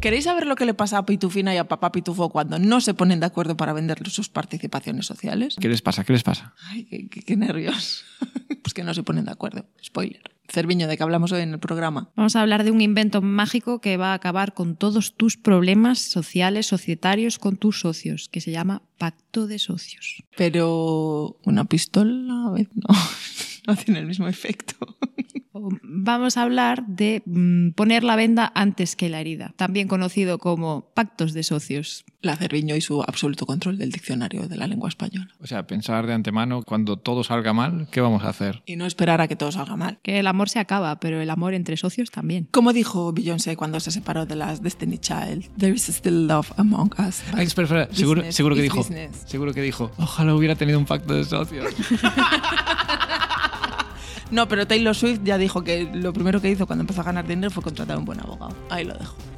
¿Queréis saber lo que le pasa a Pitufina y a Papá Pitufo cuando no se ponen de acuerdo para vender sus participaciones sociales? ¿Qué les pasa? ¿Qué les pasa? Ay, qué, qué- qué nervios. pues que no se ponen de acuerdo. Spoiler. Cerviño, ¿de qué hablamos hoy en el programa? Vamos a hablar de un invento mágico que va a acabar con todos tus problemas sociales, societarios, con tus socios, que se llama pacto de socios. Pero una pistola a vez no, no tiene el mismo efecto. O Vamos a hablar de mm, poner la venda antes que la herida, también conocido como pactos de socios. La Cerviño y su absoluto control del diccionario de la lengua española. O sea, pensar de antemano cuando todo salga mal, ¿qué vamos a hacer? Y no esperar a que todo salga mal. Que el amor se acaba, pero el amor entre socios también. Como dijo Beyoncé cuando se separó de las Destiny Child, there is still love among us. Ay, espera, espera, seguro, Business seguro que is dijo. business. Seguro que dijo. Ojalá hubiera tenido un pacto de socios. No, pero Taylor Swift ya dijo que lo primero que hizo cuando empezó a ganar dinero fue contratar a un buen abogado. Ahí lo dejo.